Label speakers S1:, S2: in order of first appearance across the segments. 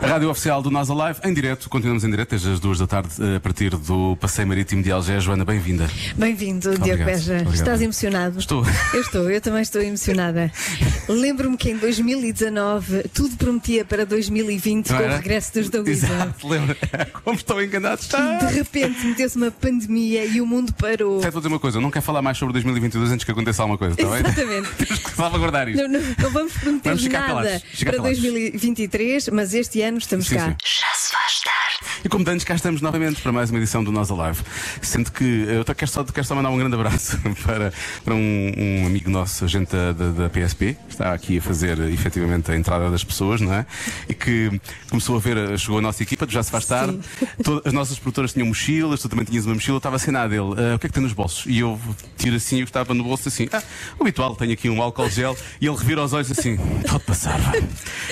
S1: Rádio Oficial do Nós Alive, em direto, continuamos em direto desde as duas da tarde, eh, a partir do Passeio Marítimo de Algés. Joana, bem-vinda.
S2: Bem-vindo, Diogo
S1: Obrigado.
S2: Beja.
S1: Obrigado.
S2: Estás emocionado?
S1: Estou.
S2: Eu estou, eu também estou emocionada. Lembro-me que em 2019 tudo prometia para 2020
S1: Não
S2: com
S1: era?
S2: o regresso dos da Lisa.
S1: Exato, lembra? Como estou enganado, está.
S2: De repente meteu-se uma pandemia e o mundo parou.
S1: Até vou dizer uma coisa, eu não quero falar mais sobre 2022 antes que aconteça alguma coisa, está bem?
S2: Exatamente.
S1: Temos que salvaguardar isto.
S2: Não, não- não vamos prometer
S1: Vamos ficar
S2: nada
S1: calados, ficar
S2: para
S1: calados.
S2: 2023, mas este ano estamos
S1: Sim,
S2: cá.
S1: sim. E como de antes, cá estamos novamente para mais uma edição do Nós Alive. Sendo que eh, eu te- quero só, quero só mandar um grande abraço para, para um, um amigo nosso, agente da, da, da PSP, que está aqui a fazer eh, efetivamente a entrada das pessoas, não é? E que começou a ver, eh, chegou a nossa equipa, já se faz tarde, to- as nossas produtoras tinham mochilas, tu também tinhas uma mochila, eu estava sem nada dele. "Ah, o que é que tem nos bolsos? E eu tiro assim o que estava no bolso, assim, ah, o habitual, tenho aqui um álcool gel, e ele revira os olhos assim, pode passar, vá."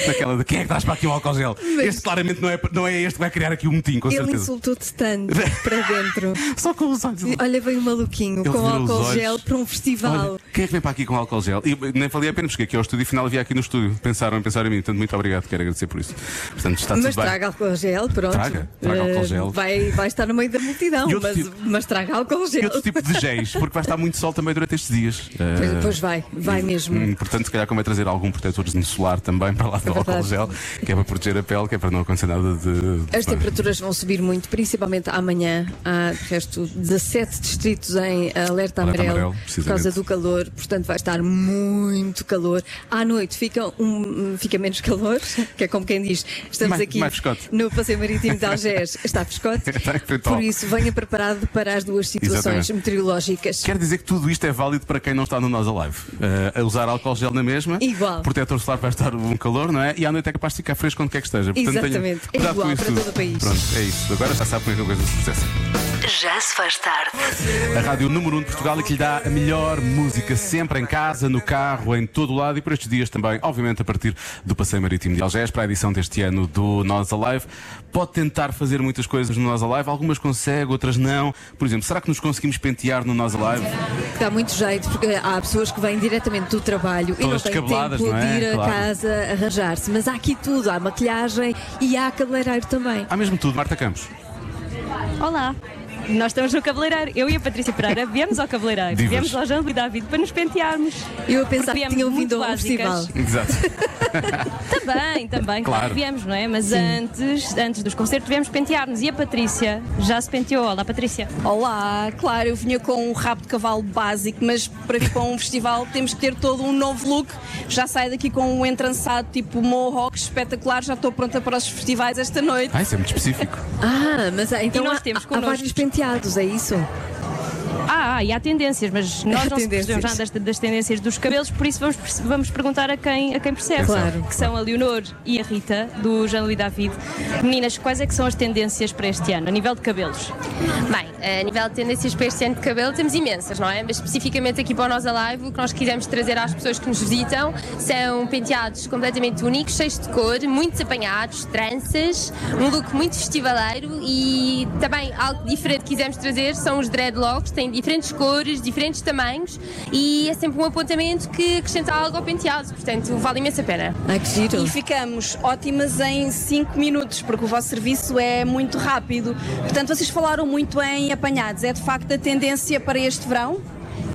S1: Naquela de quem é que traz para aqui um álcool gel?
S2: Mas-
S1: Este claramente não é, não é este que vai criar aqui um motim, com
S2: Ele
S1: certeza.
S2: insultou-te tanto para dentro.
S1: Só com os olhos.
S2: Olha, veio um maluquinho
S1: Ele
S2: com
S1: virou os
S2: álcool
S1: olhos.
S2: gel para um festival.
S1: Olha, quem é que vem para aqui com álcool gel? E nem valia a pena, porque aqui ao estúdio final havia aqui no estúdio. Pensaram, pensaram em mim, portanto, muito obrigado, quero agradecer por isso. Portanto, está
S2: Mas
S1: tudo bem.
S2: traga álcool gel, pronto.
S1: Traga, traga álcool
S2: Eh,
S1: gel.
S2: Vai, vai estar no meio da multidão,
S1: E outro
S2: mas,
S1: tipo-
S2: mas traga álcool
S1: E
S2: gel.
S1: outro tipo de géis, porque vai estar muito sol também durante estes dias.
S2: Pois,
S1: Eh,
S2: pois vai, vai mesmo.
S1: Hum, Portanto, se calhar convém trazer algum protetorzinho solar também para lá do álcool
S2: verdade.
S1: gel, que é para proteger a pele, que é para não acontecer nada de.
S2: As temperaturas vão subir muito, principalmente amanhã. Há, de resto, 17 distritos em alerta,
S1: amarelo,
S2: amarelo por
S1: precisamente.
S2: causa do calor, portanto vai estar muito calor. À noite fica, um, fica menos calor, que é como quem diz, estamos
S1: Mais-
S2: aqui
S1: mais frescote.
S2: no Passeio Marítimo de Algés, está frescote.
S1: Está em frente ao-
S2: Por isso, venha preparado para as duas situações
S1: Exatamente.
S2: meteorológicas.
S1: Quer dizer que tudo isto é válido para quem não está no Nós Alive. Eh, a usar álcool gel na mesma.
S2: Igual.
S1: Protetor solar vai estar um calor, não é? E à noite é capaz de ficar fresco onde quer que esteja. Portanto, tenha
S2: Exatamente. É
S1: cuidado
S2: igual
S1: com isso
S2: para
S1: tudo.
S2: todo o país.
S1: Pronto, é isso. Agora já sabe como é que a coisa se processa.
S3: Já se faz tarde.
S1: A rádio número 1 um de Portugal e que lhe dá a melhor música sempre em casa, no carro, em todo o lado e por estes dias também, obviamente, a partir do Passeio Marítimo de Algés para a edição deste ano do Nós Alive. Pode tentar fazer muitas coisas no Nós Alive, algumas consegue, outras não. Por exemplo, será que nos conseguimos pentear no Nós Alive?
S2: Que Dá muito jeito, porque eh, há pessoas que vêm diretamente do trabalho e não
S1: Todas
S2: têm tempo
S1: descabeladas, não é?
S2: de ir
S1: Claro.
S2: a casa arranjar-se. Mas há aqui tudo: há maquilhagem e há cabeleireiro também.
S1: Há mesmo tudo, Marta Campos.
S4: Olá, nós estamos no cabeleireiro. Eu e a Patrícia Pereira viemos ao cabeleireiro.
S1: Divas.
S4: Viemos ao Jean e David para nos pentearmos.
S2: Eu a pensar que
S4: viemos
S2: tinham
S4: muito
S2: vindo a um
S4: básicas.
S2: festival.
S1: Exato.
S4: Também, também,
S1: Claro.
S4: viemos, não é? Mas antes, antes dos concertos viemos pentear-nos. E a Patrícia já se penteou. Olá, Patrícia.
S5: Olá, claro, eu vinha com um rabo de cavalo básico, mas para vir para um festival temos que ter todo um novo look. Já saio daqui com um entrançado tipo mohawk espetacular, já estou pronta para os festivais esta noite.
S1: Ah, isso é muito específico.
S2: Ah, mas há- então
S4: E nós
S2: há,
S4: temos
S2: há
S4: connosco.
S2: vários penteados, é isso?
S4: Ah, ah, e há tendências, mas nós
S2: Há
S4: não se percebemos
S2: tendências.
S4: nada das, das tendências dos cabelos, por isso vamos, perce- vamos perguntar a quem, a quem percebe.
S2: Claro.
S4: Que são a Leonor e a Rita, do Jean-Louis David. Meninas, quais é que são as tendências para este ano, a nível de cabelos?
S6: Bem, a nível de tendências para este ano de cabelo temos imensas, não é? Mas especificamente aqui para o Nós Alive, o que nós quisemos trazer às pessoas que nos visitam são penteados completamente únicos, cheios de cor, muitos apanhados, tranças, um look muito festivaleiro e também algo diferente que quisemos trazer são os dreadlocks, têm diferentes cores, diferentes tamanhos e é sempre um apontamento que acrescenta algo ao penteado, portanto vale imensa pena.
S2: Ah, que giro.
S5: E ficamos ótimas em 5 minutos, porque o vosso serviço é muito rápido. Portanto, vocês falaram muito em apanhados. É de facto a tendência para este verão?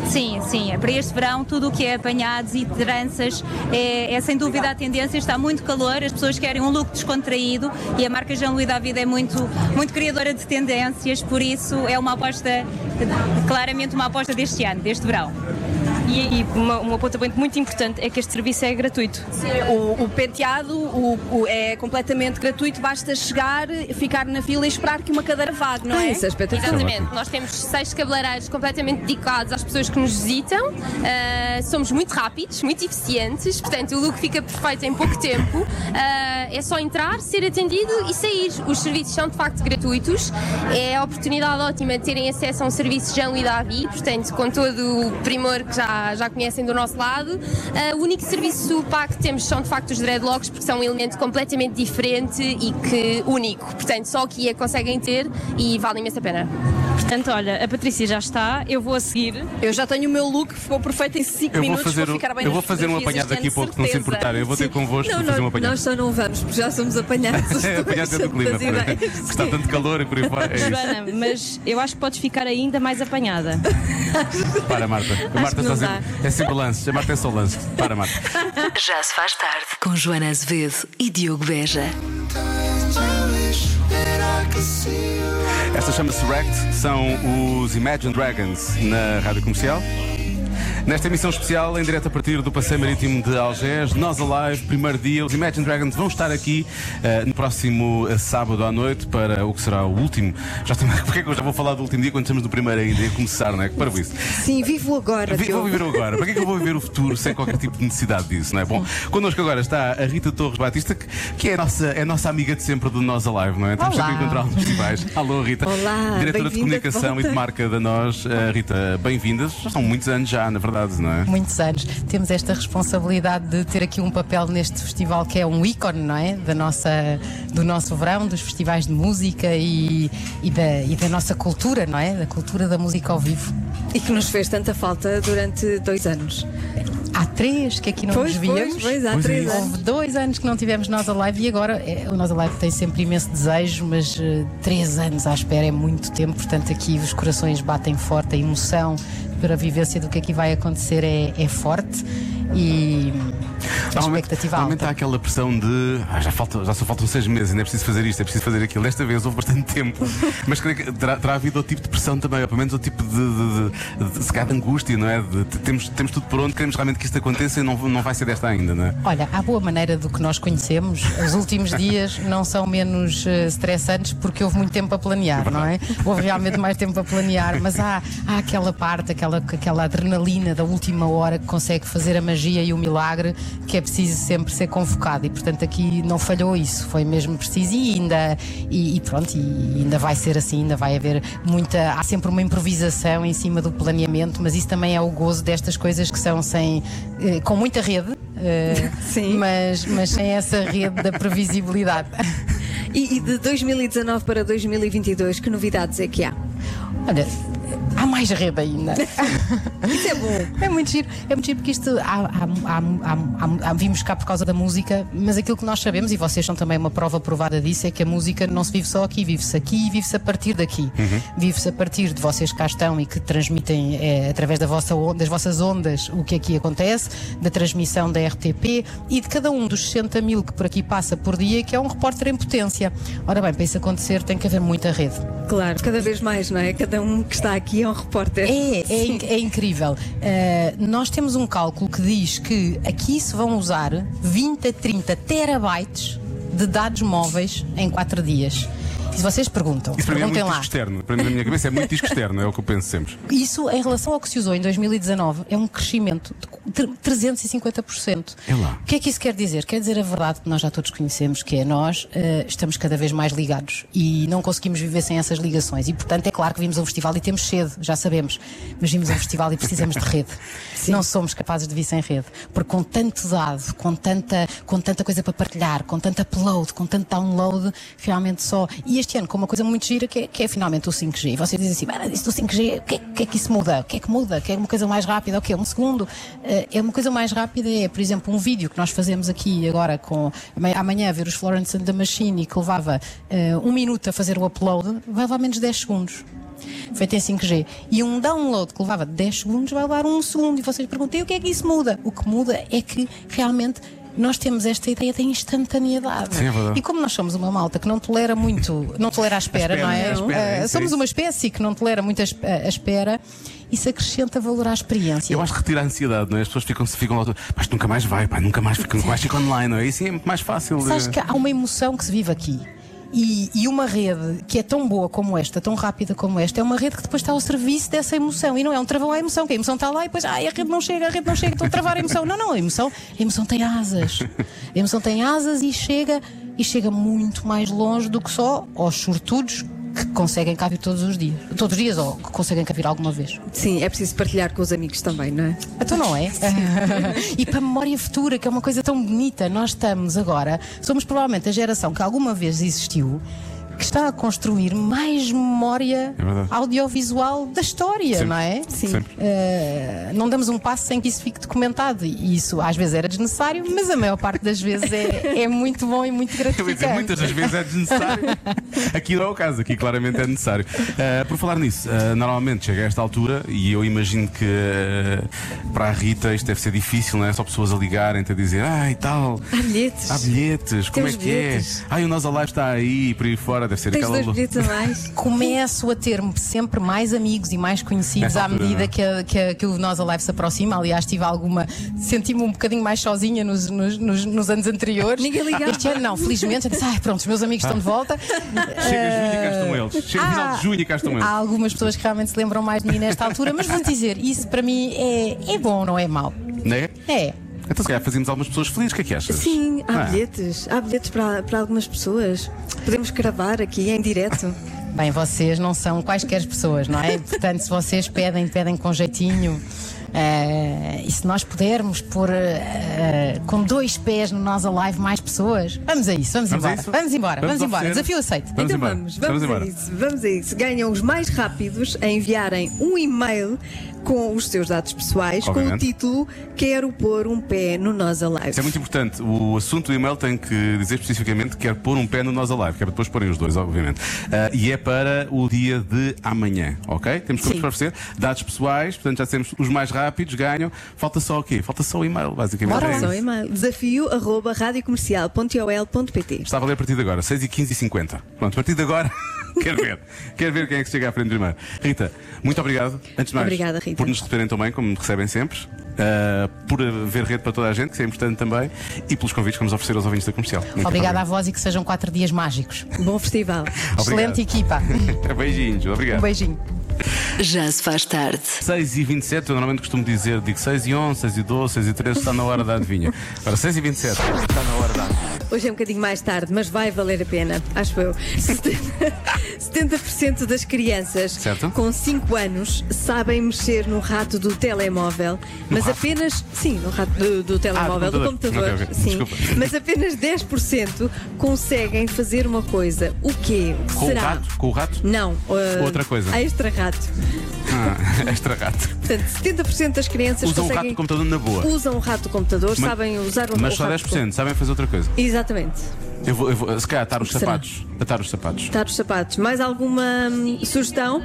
S7: Sim, sim. Para este verão, tudo o que é apanhados e tranças é, é sem dúvida a tendência. Está muito calor, as pessoas querem um look descontraído e a marca Jean Louis David é muito, muito criadora de tendências, por isso é uma aposta, claramente uma aposta deste ano, deste verão.
S4: E, e uma, um apontamento muito importante é que este serviço é gratuito.
S5: O, o penteado o- o- é completamente gratuito, basta chegar, ficar na fila e esperar que uma cadeira vague, não
S2: Ah,
S5: é?
S2: isso é espetacular.
S6: Exatamente, nós temos seis cabeleireiros completamente dedicados às pessoas que nos visitam. Ah, somos muito rápidos, muito eficientes, portanto o look fica perfeito em pouco tempo. Ah, é só entrar, ser atendido e sair. Os serviços são de facto gratuitos. É a oportunidade ótima de terem acesso a um serviço Jean Louis Davi, portanto, com todo o primor que já, já conhecem do nosso lado. Ah, o único serviço pago que temos são de facto os dreadlocks, porque são um elemento completamente diferente e que único. Portanto, só aqui é que conseguem ter e vale imensa pena.
S4: Portanto, olha, a Patrícia já está, eu vou a seguir.
S5: Eu já tenho o meu look, ficou perfeito em 5
S1: Eu vou
S5: minutos,
S1: fazer,
S5: vou
S1: um-
S5: ficar bem
S1: eu
S5: nas
S1: vou fazer um
S5: fotografias
S1: apanhado
S5: este
S1: daqui a
S5: ano,
S1: pouco, se não se
S5: certeza.
S1: importarem. Eu vou ter convosco
S2: Não,
S1: para fazer um
S2: não,
S1: apanhado.
S2: nós só não vamos, porque já somos apanhados. os
S1: É,
S2: dois,
S1: apanhado dentro do
S2: somos
S1: clima.
S2: as
S1: pá.
S2: ideias.
S1: Que está tanto calor e por aí fora. É isso.
S4: Joana, mas eu acho que podes ficar ainda mais apanhada.
S1: Para, Marta. A Marta está
S2: que não
S1: sempre, é sempre lance. A Marta é só lance. Para, Marta.
S3: Já se faz tarde. Com Joana Azevedo e Diogo Beja.
S1: Esta chama-se Wrecked, são os Imagine Dragons na rádio comercial. Nesta emissão especial, em direto a partir do Passeio Marítimo de Algés, Nós Alive, primeiro dia, os Imagine Dragons vão estar aqui eh, no próximo eh, sábado à noite para o que será o último. Já tem... Porquê que eu já vou falar do último dia quando estamos no primeiro ainda a começar, não é? Que parvo isso.
S2: Sim, vivo agora.
S1: Vi- Vou
S2: Diogo.
S1: viver o agora. Para que é que eu vou viver o futuro sem qualquer tipo de necessidade disso, não é? Bom, connosco agora está a Rita Torres Batista, que, que é, a nossa, é a nossa amiga de sempre do Nós Alive, não é? Estamos
S2: Olá.
S1: sempre a encontrar nos festivais. Alô, Rita.
S2: Olá,
S1: Diretora de
S2: bem-vinda de
S1: Comunicação e
S2: volta.
S1: de Marca da Nós. Eh, Rita, bem-vindas. Já são muitos anos já, na verdade, não é?
S8: muitos anos, temos esta responsabilidade de ter aqui um papel neste festival que é um ícone, não é? Da nossa, do nosso verão, dos festivais de música e, e da, e da nossa cultura, não é? Da cultura da música ao vivo.
S2: E que nos fez tanta falta durante dois anos.
S8: Há três que aqui não
S2: pois,
S8: nos
S2: pois,
S8: víamos.
S2: pois, há
S1: Pois é
S2: três
S1: isso.
S2: anos.
S8: Houve dois anos que não tivemos nós a live e agora é, o nós a live tem sempre imenso desejo, mas eh, três anos à espera é muito tempo, portanto aqui os corações batem forte, a emoção para a vivência do que aqui vai acontecer é, é forte e a expectativa
S1: normalmente há um
S8: alta.
S1: aquela pressão de "Ah, já, falta, já só faltam seis meses, ainda é preciso fazer isto, é preciso fazer aquilo. Desta vez houve bastante tempo, mas creio que terá, terá havido outro tipo de pressão também, ou pelo menos outro tipo de, de, de- de- se calhar de angústia, não é? De- de- temos, temos tudo pronto, queremos realmente que isto aconteça e não, não vai ser desta ainda, não é?
S8: Olha, à boa maneira do que nós conhecemos, os últimos dias não são menos eh, estressantes porque houve muito tempo a planear, não é? Houve realmente mais tempo a planear, mas há, há aquela parte, aquela, aquela adrenalina da última hora que consegue fazer a magia e o milagre que é preciso sempre ser convocado e, portanto, aqui não falhou isso, foi mesmo preciso e ainda, e, e pronto, e ainda vai ser assim, ainda vai haver muita, há sempre uma improvisação em cima do planeamento, mas isso também é o gozo destas coisas que são sem, eh, com muita rede. eh,
S2: Sim.
S8: mas, mas sem essa rede da previsibilidade.
S2: E, e de 2019 para 2022, que novidades é que há?
S8: Olha, há mais rede ainda.
S2: Isso é bom.
S8: É muito giro, é muito giro porque isto há, há- há- há- há- vimos cá por causa da música, mas aquilo que nós sabemos, e vocês são também uma prova provada disso, é que a música não se vive só aqui, vive-se aqui e vive-se a partir daqui. Vive-se a partir de vocês que cá estão e que transmitem eh, através da vossa on- das vossas ondas o que aqui acontece, da transmissão da RTP e de cada um dos 60 mil que por aqui passa por dia, que é um repórter em potência. Ora bem, para isso acontecer tem que haver muita rede.
S2: Claro, cada vez mais, não é? Cada um que está aqui é um repórter.
S8: É, é, inc- é incrível. Uh, nós temos um cálculo que diz que aqui se vão usar 20 a 30 terabytes de dados móveis em 4 dias. E se vocês perguntam,
S1: Isso para mim é
S8: perguntem
S1: muito
S8: lá.
S1: disco externo. Para mim, na minha cabeça é muito disco externo, é o que eu penso sempre.
S8: Isso, em relação ao que se usou em 2019, é um crescimento de tre- 350%.
S1: É lá.
S8: O que é que isso quer dizer? Quer dizer a verdade que nós já todos conhecemos, que é nós eh, estamos cada vez mais ligados e não conseguimos viver sem essas ligações. E, portanto, é claro que vimos um festival e temos sede, já sabemos. Mas vimos um festival e precisamos de rede. Não somos capazes de vir sem rede. Porque com tanto dado, com tanta, com tanta coisa para partilhar, com tanto upload, com tanto download, realmente só. E este ano, com uma coisa muito gira, que é, que é finalmente o 5G. E vocês dizem assim, mas isso do 5G, o que, é- o que é que isso muda? O que é que muda? Que é uma coisa mais rápida? O que é? Um segundo? Eh, é uma coisa mais rápida, é, por exemplo, um vídeo que nós fazemos aqui agora com amanhã- amanhã a ver os Florence and the Machine e que levava eh, um minuto a fazer o upload, vai levar menos 10 segundos. Feito em 5G. E um download que levava 10 segundos vai levar um segundo. E vocês perguntam, e o que é que isso muda? O que muda é que realmente nós temos esta ideia da instantaneidade.
S1: Sim, é verdade.
S8: e como nós somos uma malta que não tolera muito, não tolera à espera,
S1: espera,
S8: não
S1: não
S8: é?
S1: é? Espera,
S8: Eh,
S1: é isso, é
S8: somos
S1: isso.
S8: uma espécie que não tolera muito a, esp- a espera. Isso acrescenta valor à experiência.
S1: Eu acho que retira a ansiedade, não é? As pessoas ficam, ficam lá, mas nunca mais vai, pá, nunca mais fica, nunca mais fica online, não é? Isso é muito mais fácil.
S8: Sabes
S1: eh,
S8: que há uma emoção que se vive aqui. E, e uma rede que é tão boa como esta, tão rápida como esta, é uma rede que depois está ao serviço dessa emoção. E não é um travão à emoção, que a emoção está lá e depois, ai, a rede não chega, a rede não chega, estou a travar a emoção. Não, não, a emoção, a emoção tem asas. A emoção tem asas e chega, e chega muito mais longe do que só aos sortudos que conseguem cá vir todos os dias. Todos os dias, ou que conseguem cá vir alguma vez.
S2: Sim, é preciso partilhar com os amigos também, não é?
S8: Então não é? e para a memória futura, que é uma coisa tão bonita, nós estamos agora, somos provavelmente a geração que alguma vez existiu. que está a construir mais memória
S1: É verdade.
S8: audiovisual da história,
S1: Sempre.
S8: não é?
S1: Sim. Sempre.
S8: Eh, não damos um passo sem que isso fique documentado. E isso às vezes era desnecessário, mas a maior parte das vezes é, é muito bom e muito
S1: Eu ia dizer,
S8: gratificante.
S1: muitas das vezes é desnecessário. Aqui não é o caso, aqui claramente é necessário. Ah, por falar nisso, ah, normalmente chega a esta altura e eu imagino que ah, para a Rita isto deve ser difícil, não é? Só pessoas a ligarem-te a dizer, ai e tal.
S2: Há bilhetes.
S1: Há bilhetes, como
S2: Temos
S1: é que é?
S2: bilhetes.
S1: Ai, o Nós Alive está aí, por aí fora, deve ser
S2: Tens
S1: aquela
S2: dois
S1: lu-
S2: bilhetes a mais.
S8: Começo a ter sempre mais amigos e mais conhecidos
S1: Nessa
S8: à
S1: altura, não é?
S8: medida que, a- que, a- que o Nós Alive se aproxima. Aliás, tive alguma. senti-me um bocadinho mais sozinha nos, nos- nos- nos anos anteriores.
S2: Ninguém ligava.
S8: Este ano, não, felizmente. Eu disse, ai, pronto, os meus amigos estão de volta.
S1: Chega junho e cá estão eles. Chega
S8: Ah,
S1: final de junho e cá estão eles.
S8: Há algumas pessoas que realmente se lembram mais de mim nesta altura, mas vou dizer, isso para mim é, é bom, não é mau?
S1: Né?
S8: É.
S1: Então, se calhar, fazemos algumas pessoas felizes, o que é que achas?
S2: Sim,
S1: Não
S2: há
S1: é?
S2: bilhetes. Há bilhetes para, para algumas pessoas. Podemos gravar aqui em direto.
S8: Bem, vocês não são quaisquer pessoas, não é? Portanto, se vocês pedem, pedem com jeitinho. Eh, e se nós pudermos pôr eh, eh, com dois pés no Nós Alive mais pessoas, vamos a isso, vamos,
S1: Vamos a
S8: embora.
S1: isso?
S8: Vamos embora, vamos,
S1: Vamos
S8: embora.
S1: oferecer-
S8: Desafio aceito.
S1: Vamos
S2: então
S1: embora.
S2: vamos,
S1: Vamos
S2: vamos,
S1: embora.
S2: a isso, vamos a isso. Ganham os mais rápidos a enviarem um e-mail com os seus dados pessoais, com o
S1: Obviamente.
S2: título Quero pôr um pé no Nós Alive.
S1: Isso é muito importante. O assunto do e-mail tem que dizer especificamente que quer pôr um pé no Nós Alive, que é para depois porem os dois, obviamente. Ah, e é para o dia de amanhã, ok? Temos coisas
S2: Sim.
S1: para oferecer, dados pessoais, portanto já temos os mais rápidos, ganham. Falta só o quê? Falta só o e-mail, basicamente.
S8: Bora
S1: É
S8: lá.
S1: isso.
S2: Só um e-mail. Desafio arroba radiocomercial.ol.pt
S1: Está a valer a partir de agora, 6 e 15 e 50 Pronto, a partir de agora, quero ver. quero ver quem é que chega à frente primeiro. Rita, muito obrigado. Antes de mais,
S2: Obrigada, Rita.
S1: por nos receberem tão bem, como recebem sempre. ah, por haver rede para toda a gente, que isso é importante também, e pelos convites que vamos oferecer aos ouvintes da comercial. Muito
S8: Obrigada à voz e que sejam quatro dias mágicos.
S2: Bom festival.
S1: Obrigado.
S8: Excelente equipa.
S1: Beijinhos,
S8: Um
S1: obrigado.
S8: beijinho.
S3: Já se faz tarde.
S1: 6 e 27, eu normalmente costumo dizer, digo 6 e 11, 6 e 12, 6 e 13, está na hora da adivinha. Para 6 e 27.
S2: Hoje é um bocadinho mais tarde, mas vai valer a pena, acho eu. 70% das crianças
S1: Certo.
S2: com 5 anos sabem mexer no rato do telemóvel, mas
S1: rato? Ah,
S2: apenas. Sim, no rato do, do telemóvel, do computador.
S1: Ok, ok,
S2: Sim,
S1: desculpa.
S2: mas apenas 10% conseguem fazer uma coisa. O quê? O que
S1: Com
S2: será?
S1: o rato? Com o rato?
S2: Não. ah,
S1: Outra coisa.
S2: Extra rato.
S1: Ah, extra rato.
S2: Portanto, 70% das crianças
S1: Usam o rato
S2: conseguem.
S1: do computador na boa.
S2: Usam o rato do computador,
S1: Mas-
S2: sabem usar o
S1: Mas
S2: o
S1: só
S2: rato do
S1: 10%, sabem fazer outra coisa.
S2: Exatamente.
S1: Eu vou, eu vou se calhar, atar os
S2: O que será?
S1: sapatos. Atar os sapatos.
S2: Tá dos sapatos. Mais alguma hum, sugestão?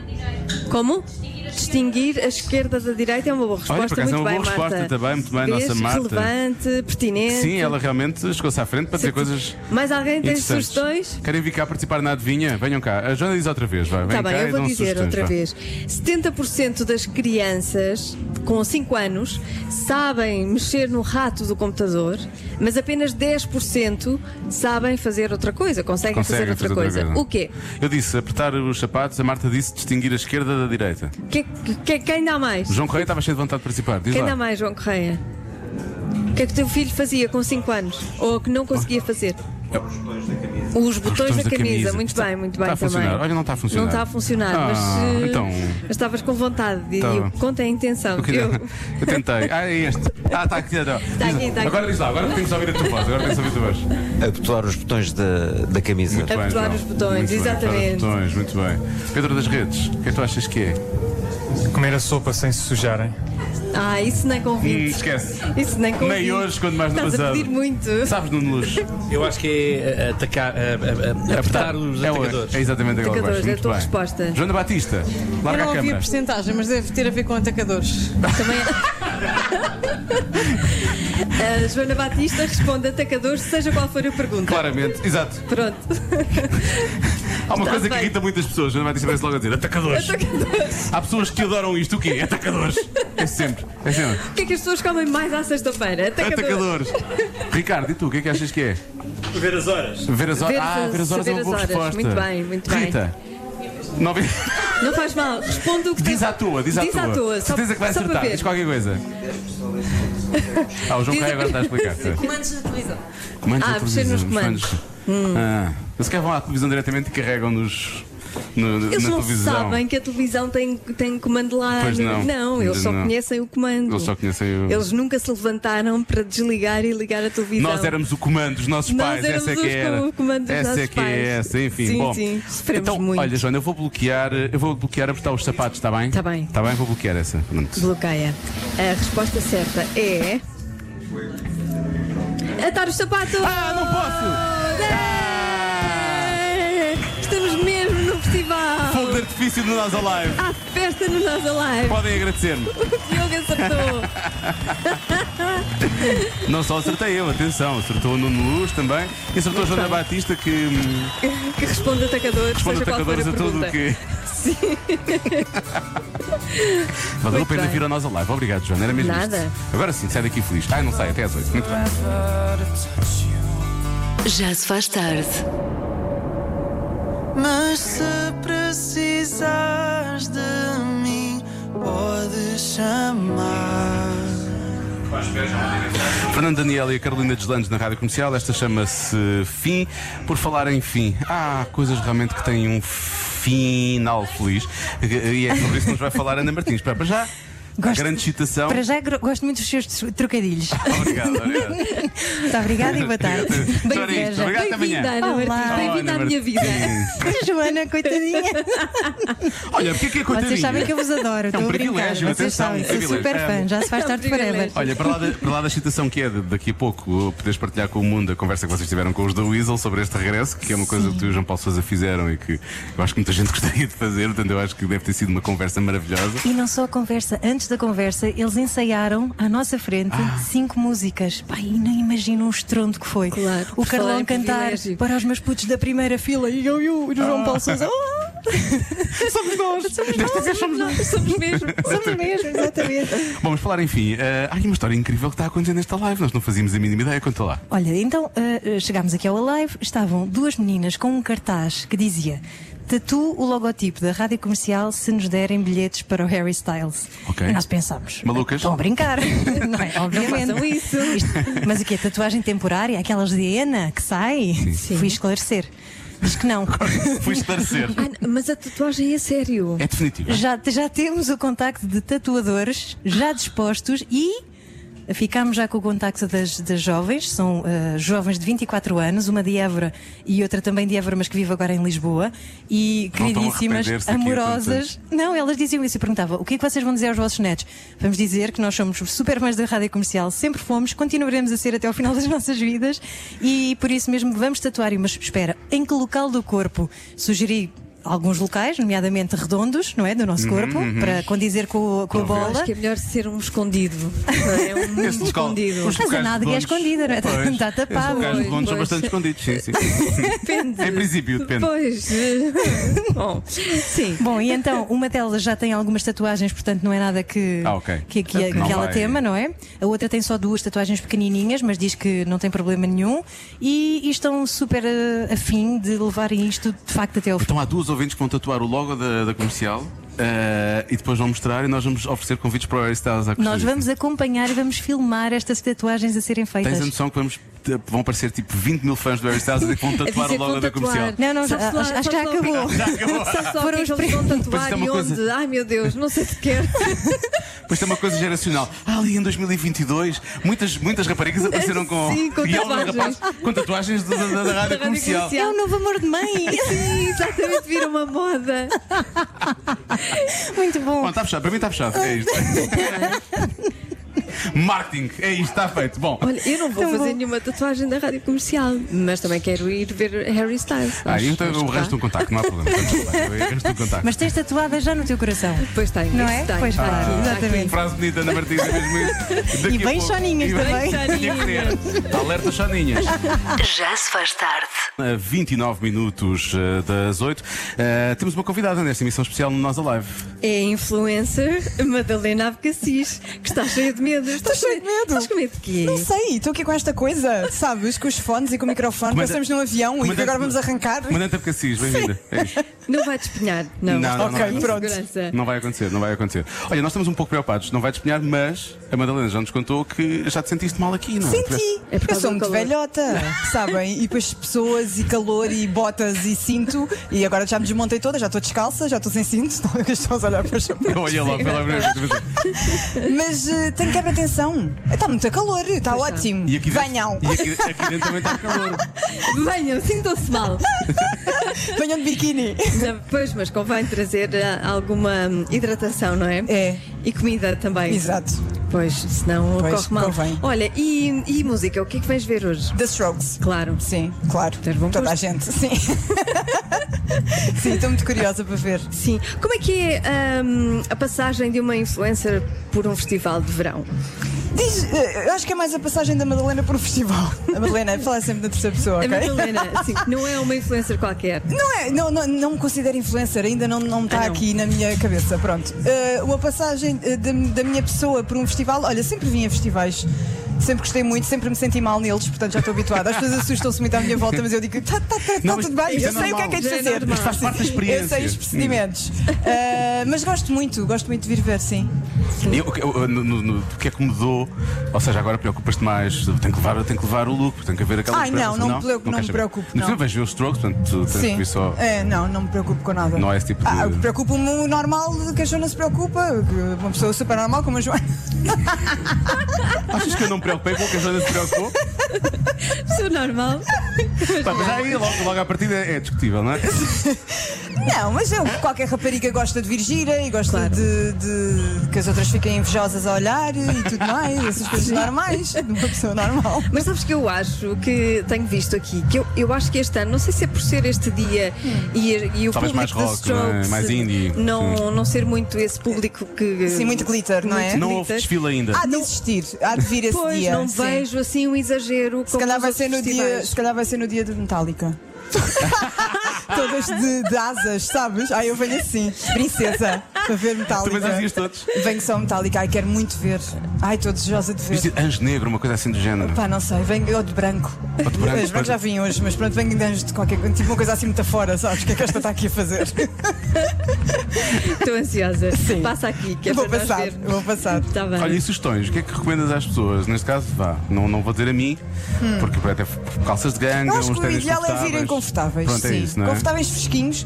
S2: Como? Distinguir a esquerda da direita é uma boa resposta.
S1: Olha, por acaso
S2: muito
S1: é uma
S2: bem,
S1: boa resposta
S2: Marta.
S1: também, muito bem,
S2: Vês?
S1: nossa Marta.
S2: relevante, pertinente.
S1: Sim, ela realmente chegou-se à frente para dizer coisas.
S2: Mais alguém tem
S1: interessantes.
S2: sugestões?
S1: Querem vir cá participar na adivinha? Venham cá. A Joana diz outra vez, vai. Vem
S2: Está Tá bem,
S1: cá
S2: eu
S1: e
S2: vou
S1: dão
S2: dizer
S1: sugestões,
S2: outra
S1: vá.
S2: vez. 70% das crianças com 5 anos sabem mexer no rato do computador, mas apenas 10% sabem fazer outra coisa, conseguem, fazer, outra, coisa. O quê?
S1: Eu disse apertar os sapatos, a Marta disse distinguir a esquerda da direita.
S2: Que, que- quem dá mais?
S1: João Correia estava cheio de vontade de participar. Diz
S2: Quem
S1: lá.
S2: dá mais, João Correia? O que é que o teu filho fazia com 5 anos? Ou que não conseguia fazer? Os
S1: Os
S2: botões da camisa. Muito
S1: Está-
S2: bem, muito
S1: está
S2: bem
S1: a funcionar.
S2: também.
S1: Olha, não está a funcionar.
S2: Não está a funcionar,
S1: Ah,
S2: mas, eh,
S1: então.
S2: mas estavas com vontade. E
S1: Tá.
S2: eu conta a intenção.
S1: Eu, queria-
S2: Eu-
S1: eu tentei. Ah, é este. Ah, está aqui. Está
S2: Está aqui, está aqui.
S1: Agora diz lá, agora temos de ouvir a tua voz. Agora temos de ouvir a tua voz.
S9: apertar os botões da, da camisa.
S10: Então,
S1: Muito bem,
S2: Apertar
S1: João.
S2: os botões,
S1: Muito bem, apertar
S2: exatamente.
S1: os botões, muito bem. Pedro das Redes, o que é que tu achas que é?
S11: Comer a sopa sem se sujarem.
S2: Ah, isso nem
S1: Hum,
S2: convite.
S1: esquece.
S2: Isso nem convite.
S1: Nem hoje, quando mais no
S2: Estás a
S1: passado.
S2: pedir muito.
S1: Sabes, Nuno Luz?
S12: Eu acho que é uh, atacar, uh, uh, uh, apertar os
S1: é, o-
S12: atacadores.
S1: é exatamente aquela
S2: Atacadores,
S1: voz.
S2: é a
S1: Muito
S2: tua
S1: bem.
S2: resposta.
S1: Joana Batista,
S13: Eu
S1: larga
S13: não
S1: a
S13: ouvi a
S1: câmara.
S13: porcentagem, mas deve ter a ver com atacadores.
S2: é. A Joana Batista responde atacadores, seja qual for a pergunta.
S1: Claramente, exato.
S2: Pronto.
S1: Há uma
S2: Está
S1: coisa que
S2: bem.
S1: irrita muitas pessoas, Joana Batista parece logo a dizer atacadores. Há pessoas que adoram isto, o quê? Atacadores. É sempre, é sempre.
S2: O que é que as pessoas comem mais à sexta-feira?
S1: Atacadores.
S2: Atacadores.
S1: Ricardo, e tu, o que é que achas que é?
S12: Ver as horas.
S1: Ver as horas.
S2: Ver
S1: Ah,
S2: as-
S1: ver as horas é uma
S2: ver as
S1: boa
S2: horas.
S1: resposta.
S2: Muito bem, muito bem.
S1: Rita. Não vi-
S2: Não faz mal, responde o que
S1: Diz
S2: tem-
S1: à tua, diz à
S2: diz
S1: tua.
S2: À toa, só,
S1: Certeza que vai
S2: só para
S1: acertar,
S2: ver.
S1: diz qualquer coisa. Ah, o João
S2: Diz-
S1: Caio agora está a explicar.
S13: Comandos de televisão.
S1: Comandos
S2: Ah,
S1: da
S2: mexer
S1: televisão,
S2: nos Hum.
S1: os Ah, se calhar vão à televisão diretamente e carregam nos. no- na
S2: Eles não
S1: televisão.
S2: sabem que a televisão tem, tem comando lá.
S1: Pois não.
S2: eles só
S1: Não.
S2: conhecem o comando.
S1: Eles só conhecem o-
S2: Eles nunca se levantaram para desligar e ligar a televisão.
S1: Nós éramos o comando dos nossos
S2: Então, Nós
S1: pais,
S2: éramos
S1: essa é que
S2: os
S1: era.
S2: com- o comando dos
S1: essa é
S2: nossos
S1: que
S2: pais.
S1: é essa, enfim.
S2: Sim,
S1: bom,
S2: sim, sofremos
S1: então,
S2: muito.
S1: olha, Joana, eu vou bloquear, eu vou bloquear apertar os sapatos, está bem? Está
S2: Tá bem.
S1: Está bem, vou bloquear essa. Pronto.
S2: Bloqueia. A resposta certa é. Atar os sapatos! Ah,
S1: não Ah!
S2: posso! Estamos mesmo no festival!
S1: Fogo de artifício do Nós Alive.
S2: Há festa no nosso live!
S1: Podem agradecer-me.
S2: O Diogo acertou!
S1: Não só acertei eu, atenção, acertou o Nuno Luz também e acertou a Joana
S2: Então.
S1: Batista que. hum,
S2: que responde atacadores,
S1: Responde
S2: seja qual for
S1: atacadores
S2: a,
S1: a tudo
S2: pergunta.
S1: o que.
S2: Sim.
S1: Valeu a
S2: Muito
S1: pena
S2: bem.
S1: vir ao Nós Alive. Obrigado, Joana. Era mesmo
S3: Nada.
S1: isto. Agora sim, sai daqui feliz. Ai, não sai, até às 8. Muito bem.
S3: Já se faz tarde.
S14: Mas se precisares de mim, podes chamar.
S1: Fernando Daniel e a Carolina Deslandes na Rádio Comercial. Esta chama-se Fim. Por falar em fim, há coisas realmente que têm um final feliz. E é sobre isso que nos vai falar Ana Martins. Para para já, a grande citação.
S10: Para já, gro- gosto muito dos seus tru- trocadilhos.
S1: Obrigado, obrigado.
S10: Muito obrigada e boa tarde.
S1: Só era isto. Obrigado, até amanhã.
S10: Bem-vinda, Ana
S1: Olá.
S10: Martins. Bem-vinda à
S1: Ana
S10: minha vida.
S1: Martins.
S10: Joana, coitadinha.
S1: Olha, porque é que é coitadinha?
S10: Vocês sabem que eu vos
S1: É
S10: adoro. estou
S1: um
S10: a brincar.
S1: privilégio,
S10: Vocês
S1: atenção.
S10: sabem,
S1: um
S10: sou
S1: privilégio.
S10: super fã, já se
S4: É um
S10: faz tarde forever.
S1: Olha, para lá, da, para lá da excitação que é de- daqui a pouco uh, poderes partilhar com o mundo a conversa que vocês tiveram com os da Weasel sobre este regresso, que é uma coisa que tu e o João Paulo Sousa fizeram e que eu acho que muita gente gostaria de fazer, portanto eu acho que deve ter sido uma conversa maravilhosa.
S10: E não só a conversa, antes da conversa, eles ensaiaram à nossa frente
S1: Ah.
S10: cinco músicas. Pai, e nem imagino o estrondo que foi. o
S2: por falar
S10: Carlão
S2: em
S10: cantar
S2: privilégio.
S10: para os meus putos da primeira fila e eu e o
S1: Ah.
S10: João Paulo Sousa. Oh!
S1: somos nós!
S10: Somos
S1: Desta vez somos nós!
S10: Somos mesmo! Somos mesmo, exatamente!
S1: Bom, mas falar, enfim, uh, há aqui uma história incrível que está a acontecer nesta live, nós não fazíamos a mínima ideia, conta lá.
S10: Olha, então eh, eh, chegámos aqui ao Alive, estavam duas meninas com um cartaz que dizia Tatu o logotipo da rádio comercial se nos derem bilhetes para o Harry Styles.
S1: Ok.
S10: E nós pensámos.
S1: Malucas?
S10: Estão a brincar, não é? Obviamente.
S2: façam isso.
S10: Isto- mas o quê? Tatuagem temporária? Aquelas de Ana que sai? Fui esclarecer. Diz que não.
S1: Fui esclarecer.
S2: Ah, mas a tatuagem é sério.
S1: É definitivo.
S10: Já, já temos o contacto de tatuadores já dispostos e ficámos já com o contacto das, das jovens, são ah, jovens de 24 anos, uma de Évora e outra também de Évora, mas que vive agora em Lisboa, e
S15: Não estão a
S10: queridíssimas,
S15: arrepender-se daqui a
S10: amorosas. Não, elas diziam isso e perguntava: o que é que vocês vão dizer aos vossos netos? Vamos dizer que nós somos super fãs da rádio comercial, sempre fomos, continuaremos a ser até ao final das nossas vidas e por isso mesmo vamos tatuar. Mas espera, em que local do corpo? Sugeri alguns locais, nomeadamente redondos, não é? Do nosso
S2: Uhum,
S10: corpo,
S2: uhum.
S10: para condizer com, o- com a
S2: Eu
S10: bola.
S2: Acho que é melhor ser um escondido. não é? Um muito
S1: Estes col-
S2: escondido.
S1: os
S10: Mas a
S1: locais
S10: nádega é
S1: redondos-
S10: escondida, não é?
S1: Pois,
S10: Está
S1: estes
S10: tapada.
S1: locais
S10: Pois,
S1: redondos são
S10: pois.
S1: bastante escondidos, sim, sim. Depende. Em princípio, depende.
S2: Pois. Bom, sim.
S10: Bom, e então, uma delas já tem algumas tatuagens, portanto não é nada que,
S1: Ah, ok.
S10: que, que,
S1: Ok.
S10: que
S1: Não
S10: ela
S1: vai-
S10: tema, não é? A outra tem só duas tatuagens pequenininhas, mas diz que não tem problema nenhum e, e estão super eh, afim de levarem isto de facto até ao fim.
S1: Então há duas ouvintes que vão tatuar o logo da, da comercial eh, e depois vão mostrar e nós vamos oferecer convites para o Harry Styles à custa
S10: Nós
S1: disto.
S10: vamos acompanhar e vamos filmar estas tatuagens a serem feitas.
S1: Tens a noção que vamos, te- vão aparecer tipo 20 mil fãs do Harry Styles a dizer que vão tatuar o logo da comercial.
S10: Não, não, já,
S2: Sabe-se lá-
S10: acho, acho que já
S2: sabe-se lá-
S10: acabou.
S2: Sabe só o que
S10: Foram
S2: é
S10: os
S2: que eles vão
S1: Pois é
S2: tatuar
S1: uma
S2: e
S1: coisa-
S2: onde? Ai meu Deus, não sei sequer.
S1: Depois tem uma coisa geracional. Ah, ali em 2022, muitas, muitas raparigas apareceram com,
S10: Sim, com
S1: e alguns
S10: tatuagens.
S1: rapazes com tatuagens da, da- da rádio comercial.
S10: É o novo amor de mãe.
S2: Sim, exatamente, vira uma moda.
S10: Muito bom.
S1: Bom, está fechado, para mim está fechado. É isto. Marketing, é isto, está feito. Bom,
S2: Olha, eu não vou fazer nenhuma tatuagem da rádio comercial, mas também quero ir ver Harry Styles.
S1: ah,
S2: Acho-
S1: eu, tenho-
S2: acho
S1: eu
S2: que
S1: resto um contacto, não há problema. Eu resto um contacto.
S10: Mas tens tatuada já no teu coração.
S2: Pois tem,
S10: não
S2: isso
S10: é?
S2: tem.
S10: Pois
S1: Ah,
S10: claro, exatamente.
S1: Frase bonita, Ana Martins, é mesmo isso.
S10: E bem choninhas
S1: E bem-
S10: também.
S1: Tinha que ter. Alerta choninhas.
S3: Já se faz tarde.
S1: A 29 minutos eh, das 8, eh, temos uma convidada nesta
S15: Ah,
S1: emissão especial no Nós Alive.
S2: É a influencer Madalena Abcacis, que está cheia de medo. meu Deus, estás cheio de medo. Estás com medo de quê?
S15: Não sei, estou aqui com esta coisa, sabes? Com os fones e com o microfone,
S1: Comandante-
S15: passamos num avião e
S1: Comandante-
S15: agora vamos arrancar.
S1: Comandante Abcacis, bem-vinda. É isto.
S2: Não vai despenhar, não.
S1: vai acontecer. Não vai acontecer, não vai acontecer. Olha, nós estamos um pouco preocupados, não vai despenhar, mas a Madalena já nos contou que já te sentiste mal aqui, não é?
S15: Senti!
S1: É por
S15: eu
S1: causa
S15: sou
S1: do
S15: muito
S1: calor.
S15: velhota, sabem? E depois pessoas e calor e botas e cinto. E agora já me desmontei toda, já estou descalça, já estou sem cinto. é Estão estão a olhar para os chapéus.
S1: Olha logo pela primeira vez.
S15: Mas eh, tenho que quebrar atenção. Está muito calor, está ótimo.
S1: E aqui dentro-
S15: Venham!
S1: E aqui, aqui dentro também está calor.
S2: Venham, sintam-se mal.
S15: Venham de biquíni.
S2: Pois, mas convém trazer eh, alguma hum, hidratação, não é? É. E comida também.
S15: Exato.
S2: Pois, senão
S15: Pois,
S2: corre mal.
S15: convém.
S2: Olha, e, e música? O que é que vais ver hoje?
S15: The Strokes.
S2: Claro.
S15: Sim, claro. Toda a gente, sim. Sim, estou muito curiosa para ver.
S2: Sim. Como é que é hum, a passagem de uma influencer por um festival de verão?
S15: Diz, eh, eu acho que é mais a passagem da Madalena por um festival. A Madalena, fala sempre na terceira pessoa, ok?
S2: A Madalena, sim, não é uma influencer qualquer.
S15: Não é, não, não, não me considero influencer, ainda não, não está
S2: Ah, não.
S15: aqui na minha cabeça, pronto. Eh, uma passagem eh, da, da minha pessoa por um festival, olha, sempre vim a festivais, sempre gostei muito, sempre me senti mal neles, portanto já estou habituada. As pessoas assustam-se muito à minha volta, mas eu digo, está tá, tá,
S14: Não,
S15: tá
S14: mas
S15: tudo bem,
S14: isso
S15: eu
S14: é
S15: sei o que é que é de
S14: normal, já é
S15: fazer.
S14: normal. Mas faz parte da
S15: Eu
S14: experiência.
S15: sei os procedimentos. Eh, mas gosto muito, gosto muito de vir ver, sim.
S1: E o que- o- no- no- no- o que é que mudou? Ou seja, agora preocupas-te mais, tenho que levar, tenho que levar o look, tenho que haver aquela
S15: Ai, não,
S1: diferença.
S15: não me preocupo, não
S1: queres
S15: me
S1: saber.
S15: preocupo,
S1: No
S15: não.
S1: filme vais ver os strokes, portanto, tu tens que
S15: Sim.
S1: vir só.
S15: É, não, não me preocupo com nada.
S1: Não é esse tipo de-
S15: Ah, preocupa-me o normal que a Joana se preocupa, que uma pessoa super normal como a Joana.
S1: Achas que eu não me preocupei com o que a Joana se preocupou?
S15: é
S2: Sou normal.
S1: Pá, mas aí logo, logo à partida é discutível, não é?
S15: Não, mas eu, qualquer rapariga gosta de vir gira e gosta de, de- que as outras fiquem invejosas a olhar e tudo mais, essas coisas normais, de uma pessoa normal.
S2: Mas sabes que eu acho que tenho visto aqui, que eu, eu acho que este ano, não sei se é por ser este dia e, e o
S1: Talvez mais
S2: público dos
S1: rock, não é?
S2: Strokes
S1: Mais indie,
S2: Não, não ser muito esse público que.
S15: Sim, muito glitter, não é? Ah,
S1: Não houve desfile ainda. Há de
S15: existir, há de vir esse
S2: pois,
S15: dia,
S2: Não
S15: sim.
S2: vejo assim um exagero.
S15: Se calhar, vai ser no dia, se calhar vai ser no dia de Metallica. Todas de, de asas, sabes? Ai, eu venho assim, princesa, para ver Metallica.
S1: Também assim, já vias todos.
S15: Venho só Metallica, ai, quero muito ver. Ai, estou desejosa de ver.
S1: Viste anjo negro, uma coisa assim do género.
S15: Pá, não sei, venho eu de branco.
S1: Ou de branco,
S15: Os brancos já vim hoje, mas pronto, venho de anjo de qualquer coisa, tipo uma coisa assim muito fora, sabes? O que é que esta está aqui a fazer?
S2: Estou ansiosa. Passa aqui, que é
S15: Vou
S2: para nós
S15: passar,
S2: vermos.
S15: vou passar.
S2: Está bem.
S1: Olha, e sugestões? O que é que recomendas às pessoas? Neste caso, vá, não, não vou dizer a mim,
S15: Hum.
S1: porque até calças de ganga,
S15: Eu acho
S1: uns
S15: que o
S1: ténis
S15: ideal é virem confortáveis.
S1: Pronto,
S15: sim.
S1: é isso, não é?
S15: Confortáveis fresquinhos.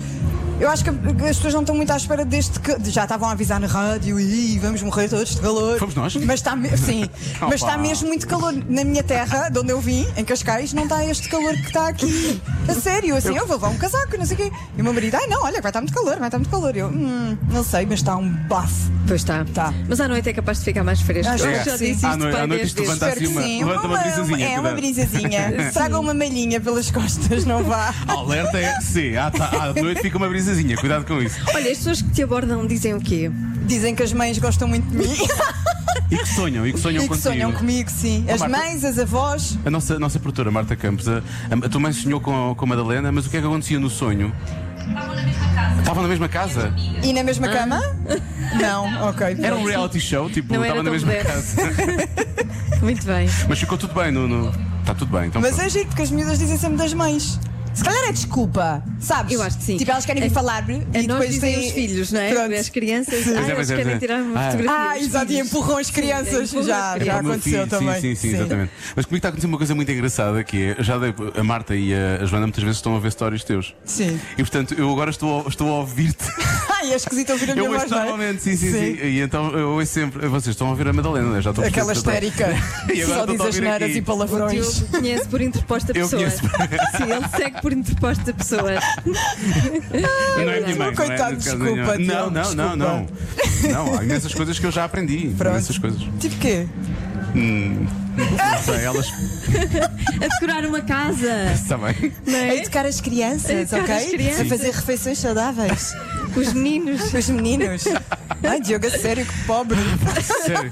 S15: Eu acho que as pessoas não estão muito à espera deste que. Já estavam a avisar na rádio e vamos morrer todos de calor. Fomos
S1: nós?
S15: Mas está me- sim.
S1: Opa.
S15: Mas está mesmo muito calor. Na minha terra, de onde eu vim, em Cascais, não está este calor que está aqui. A sério, assim, eu, vou levar um casaco, não sei o quê. E o meu marido, ai não, olha, vai estar muito calor, vai estar muito calor. Eu, hum, não sei, mas está um bafo.
S2: Pois está.
S15: Tá. Ah, é.
S2: Mas à noite é capaz de ficar mais fresco.
S15: Acho
S2: Eu
S15: que
S2: já
S15: sim.
S2: disse
S1: À
S2: isto
S1: noite-
S2: para
S1: à noite
S2: dez
S1: isto
S2: vezes.
S1: levanta assim uma-
S15: Sim,
S1: levanta uma brisazinha,
S15: é uma
S1: cuidado.
S15: brisazinha.
S1: Sim.
S15: Traga uma malhinha pelas costas, não vá.
S1: Alerta é sim, à, ta- à noite fica uma brisazinha, cuidado com isso.
S2: Olha, as pessoas que te abordam dizem o quê?
S15: Dizem que as mães gostam muito de mim.
S1: E que sonham, e que sonham
S15: e que
S1: contigo.
S15: sonham comigo, sim.
S1: Oh,
S15: As
S1: Marta.
S15: mães, as avós.
S1: A nossa, a nossa produtora Marta Campos, a, a tua mãe sonhou com, com a Madalena, mas o que é que acontecia no sonho? Estavam na mesma casa.
S15: E na mesma cama? Não, ok.
S1: Era um reality show, tipo,
S15: Não era
S1: estavam na
S15: tão
S1: mesma
S15: moderno.
S1: casa.
S2: Muito bem.
S1: Mas ficou tudo bem, no, no- está tudo bem. Então
S15: Mas
S1: pronto.
S15: é giro, porque as miúdas dizem sempre das mães. Se calhar é desculpa, sabes? Eu acho que sim. Tipo, elas querem vir falar-me
S2: A
S15: e
S2: É- nós
S15: depois
S2: dizem
S15: têm-
S2: os filhos, não é? As crianças,
S15: Sim.
S1: é,
S2: ah, eles querem tirar uma fotografia.
S15: Ah,
S2: dos
S15: exato, e
S2: filhos.
S15: empurram as
S2: Sim,
S15: crianças.
S2: empurram as
S15: já,
S1: É Para
S15: já
S1: o meu
S15: aconteceu
S1: filho,
S15: também.
S1: Sim, sim, sim, exatamente. Mas comigo está a acontecer uma coisa muito engraçada que é, já dei- a Marta e a a Joana muitas vezes estão a ver stories teus.
S15: Sim.
S1: E portanto, eu agora estou, a- estou a ouvir-te.
S15: Ai, é esquisito ouvir a minha
S1: Eu
S15: voz,
S1: ouço
S15: não é?
S1: normalmente, sim, sim, sim, E então eu ouço sempre. Vocês estão a ouvir a Madalena, né? já estou a perceber
S15: Aquela
S1: que eu estou-
S15: histérica.
S1: E agora
S15: Só
S1: estou-te
S15: diz
S1: a ouvir
S15: asneiras
S1: aqui.
S15: e palavrões.
S2: O Diogo conhece por interposta
S1: Eu
S2: pessoa.
S1: conheço.
S2: Sim, ele segue por interposta pessoa.
S1: Não é a minha mãe. não é,
S15: Coitado,
S1: nesse caso,
S15: desculpa,
S1: nenhum. Não,
S15: Tiago,
S1: não, não, não. Não, há imensas coisas que eu já aprendi. Imensas coisas.
S15: Tipo quê?
S1: Hum, não sei, elas.
S2: A decorar uma casa.
S1: Está bem.
S15: A educar as crianças,
S2: A É? educar
S15: ok?
S2: as crianças.
S15: A fazer refeições saudáveis.
S2: Os meninos.
S15: Os meninos. Ai, Diogo, a sério, que pobre.
S1: Sério.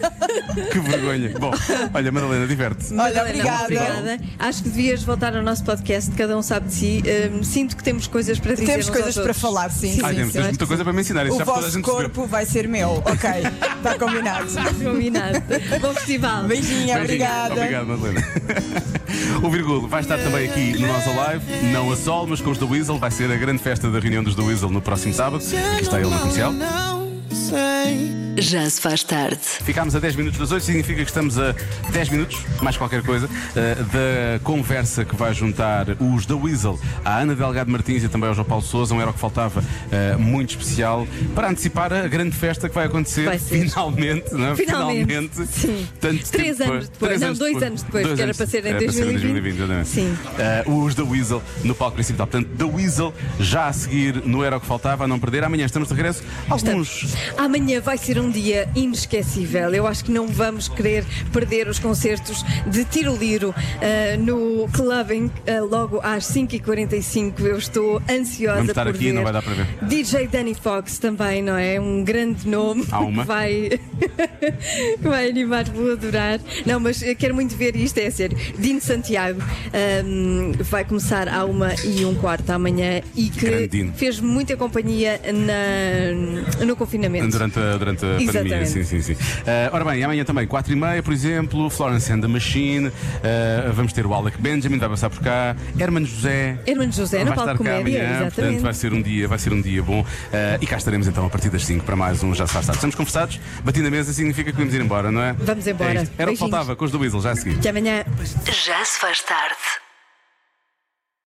S1: Que vergonha. Bom, olha, Madalena, diverte-se.
S2: Madalena, obrigada. Acho que devias voltar ao nosso podcast, Cada Um Sabe de Si. Hum, sinto que temos coisas para dizer.
S15: Temos
S2: uns
S15: coisas
S2: aos outros.
S15: para falar, sim.
S1: Ah, temos, temos muita coisa para me ensinar. Isso
S15: O
S1: já toda é a
S15: vosso
S1: gente percebeu.
S15: corpo vai ser meu, ok? Está combinado.
S2: combinado. Bom festival.
S15: Beijinho, obrigada.
S1: Obrigado, Madalena. O Virgulo vai estar também aqui no nosso live, não a sol, mas com os do Weasel. Vai ser a grande festa da reunião dos do Weasel no próximo sábado. Aqui está ele no comercial.
S3: Já se faz tarde.
S1: Ficámos a 10 minutos das 8, significa que estamos a 10 minutos, mais qualquer coisa, eh, da conversa que vai juntar os da Weasel à Ana Delgado Martins e também ao João Paulo Souza. Um era o que faltava eh, muito especial para antecipar a grande festa que vai acontecer
S2: Vai ser.
S1: finalmente, não é?
S2: Finalmente, sim.
S1: Tanto
S2: Três
S1: tempo
S2: anos depois,
S1: três
S2: não, dois anos depois,
S1: Dois
S2: que era
S1: anos
S2: para ser em
S1: era
S2: 2020.
S1: exatamente.
S2: Sim.
S1: Eh, os da Weasel no palco principal. Portanto, da Weasel já a seguir no Era o que Faltava, a não perder. Amanhã estamos de regresso. Alguns
S2: Amanhã vai ser um dia inesquecível. Eu acho que não vamos querer perder os concertos de Tiro Liro ah, no Clubbing ah, logo às 5h45. Eu estou ansiosa
S1: vamos estar
S2: por
S1: aqui,
S2: ver.
S1: não vai dar para ver.
S2: DJ Danny Fox também, não é? Um grande nome
S1: Há uma.
S2: que vai, que vai animar, vou adorar. Não, mas eu quero muito ver isto, é sério. Dino Santiago hum, vai começar à uma e um quarto amanhã e que
S1: Grande Dino.
S2: fez muita companhia na- no confinamento.
S1: Durante a, durante a pandemia,
S2: Exatamente.
S1: sim, sim, sim. Ah, ora bem, amanhã também, 4 e meia, por exemplo, Florence and the Machine, ah, vamos ter o Alec Benjamin, vai passar por cá, Herman José.
S2: Hermano José,
S1: vai
S2: no
S1: estar
S2: palco
S1: cá
S2: comédia,
S1: amanhã, portanto
S2: exatamente.
S1: vai ser um dia, vai ser um dia bom. Ah, e cá estaremos então a partir das 5 para mais um Já Se Faz Tarde. Estamos conversados, bati na mesa significa que vamos ir embora, não é?
S2: Vamos embora.
S1: É isto. Era o que
S2: Beijinhos.
S1: faltava com os do Weasel, já a seguir.
S2: Até amanhã.
S3: Já se faz tarde.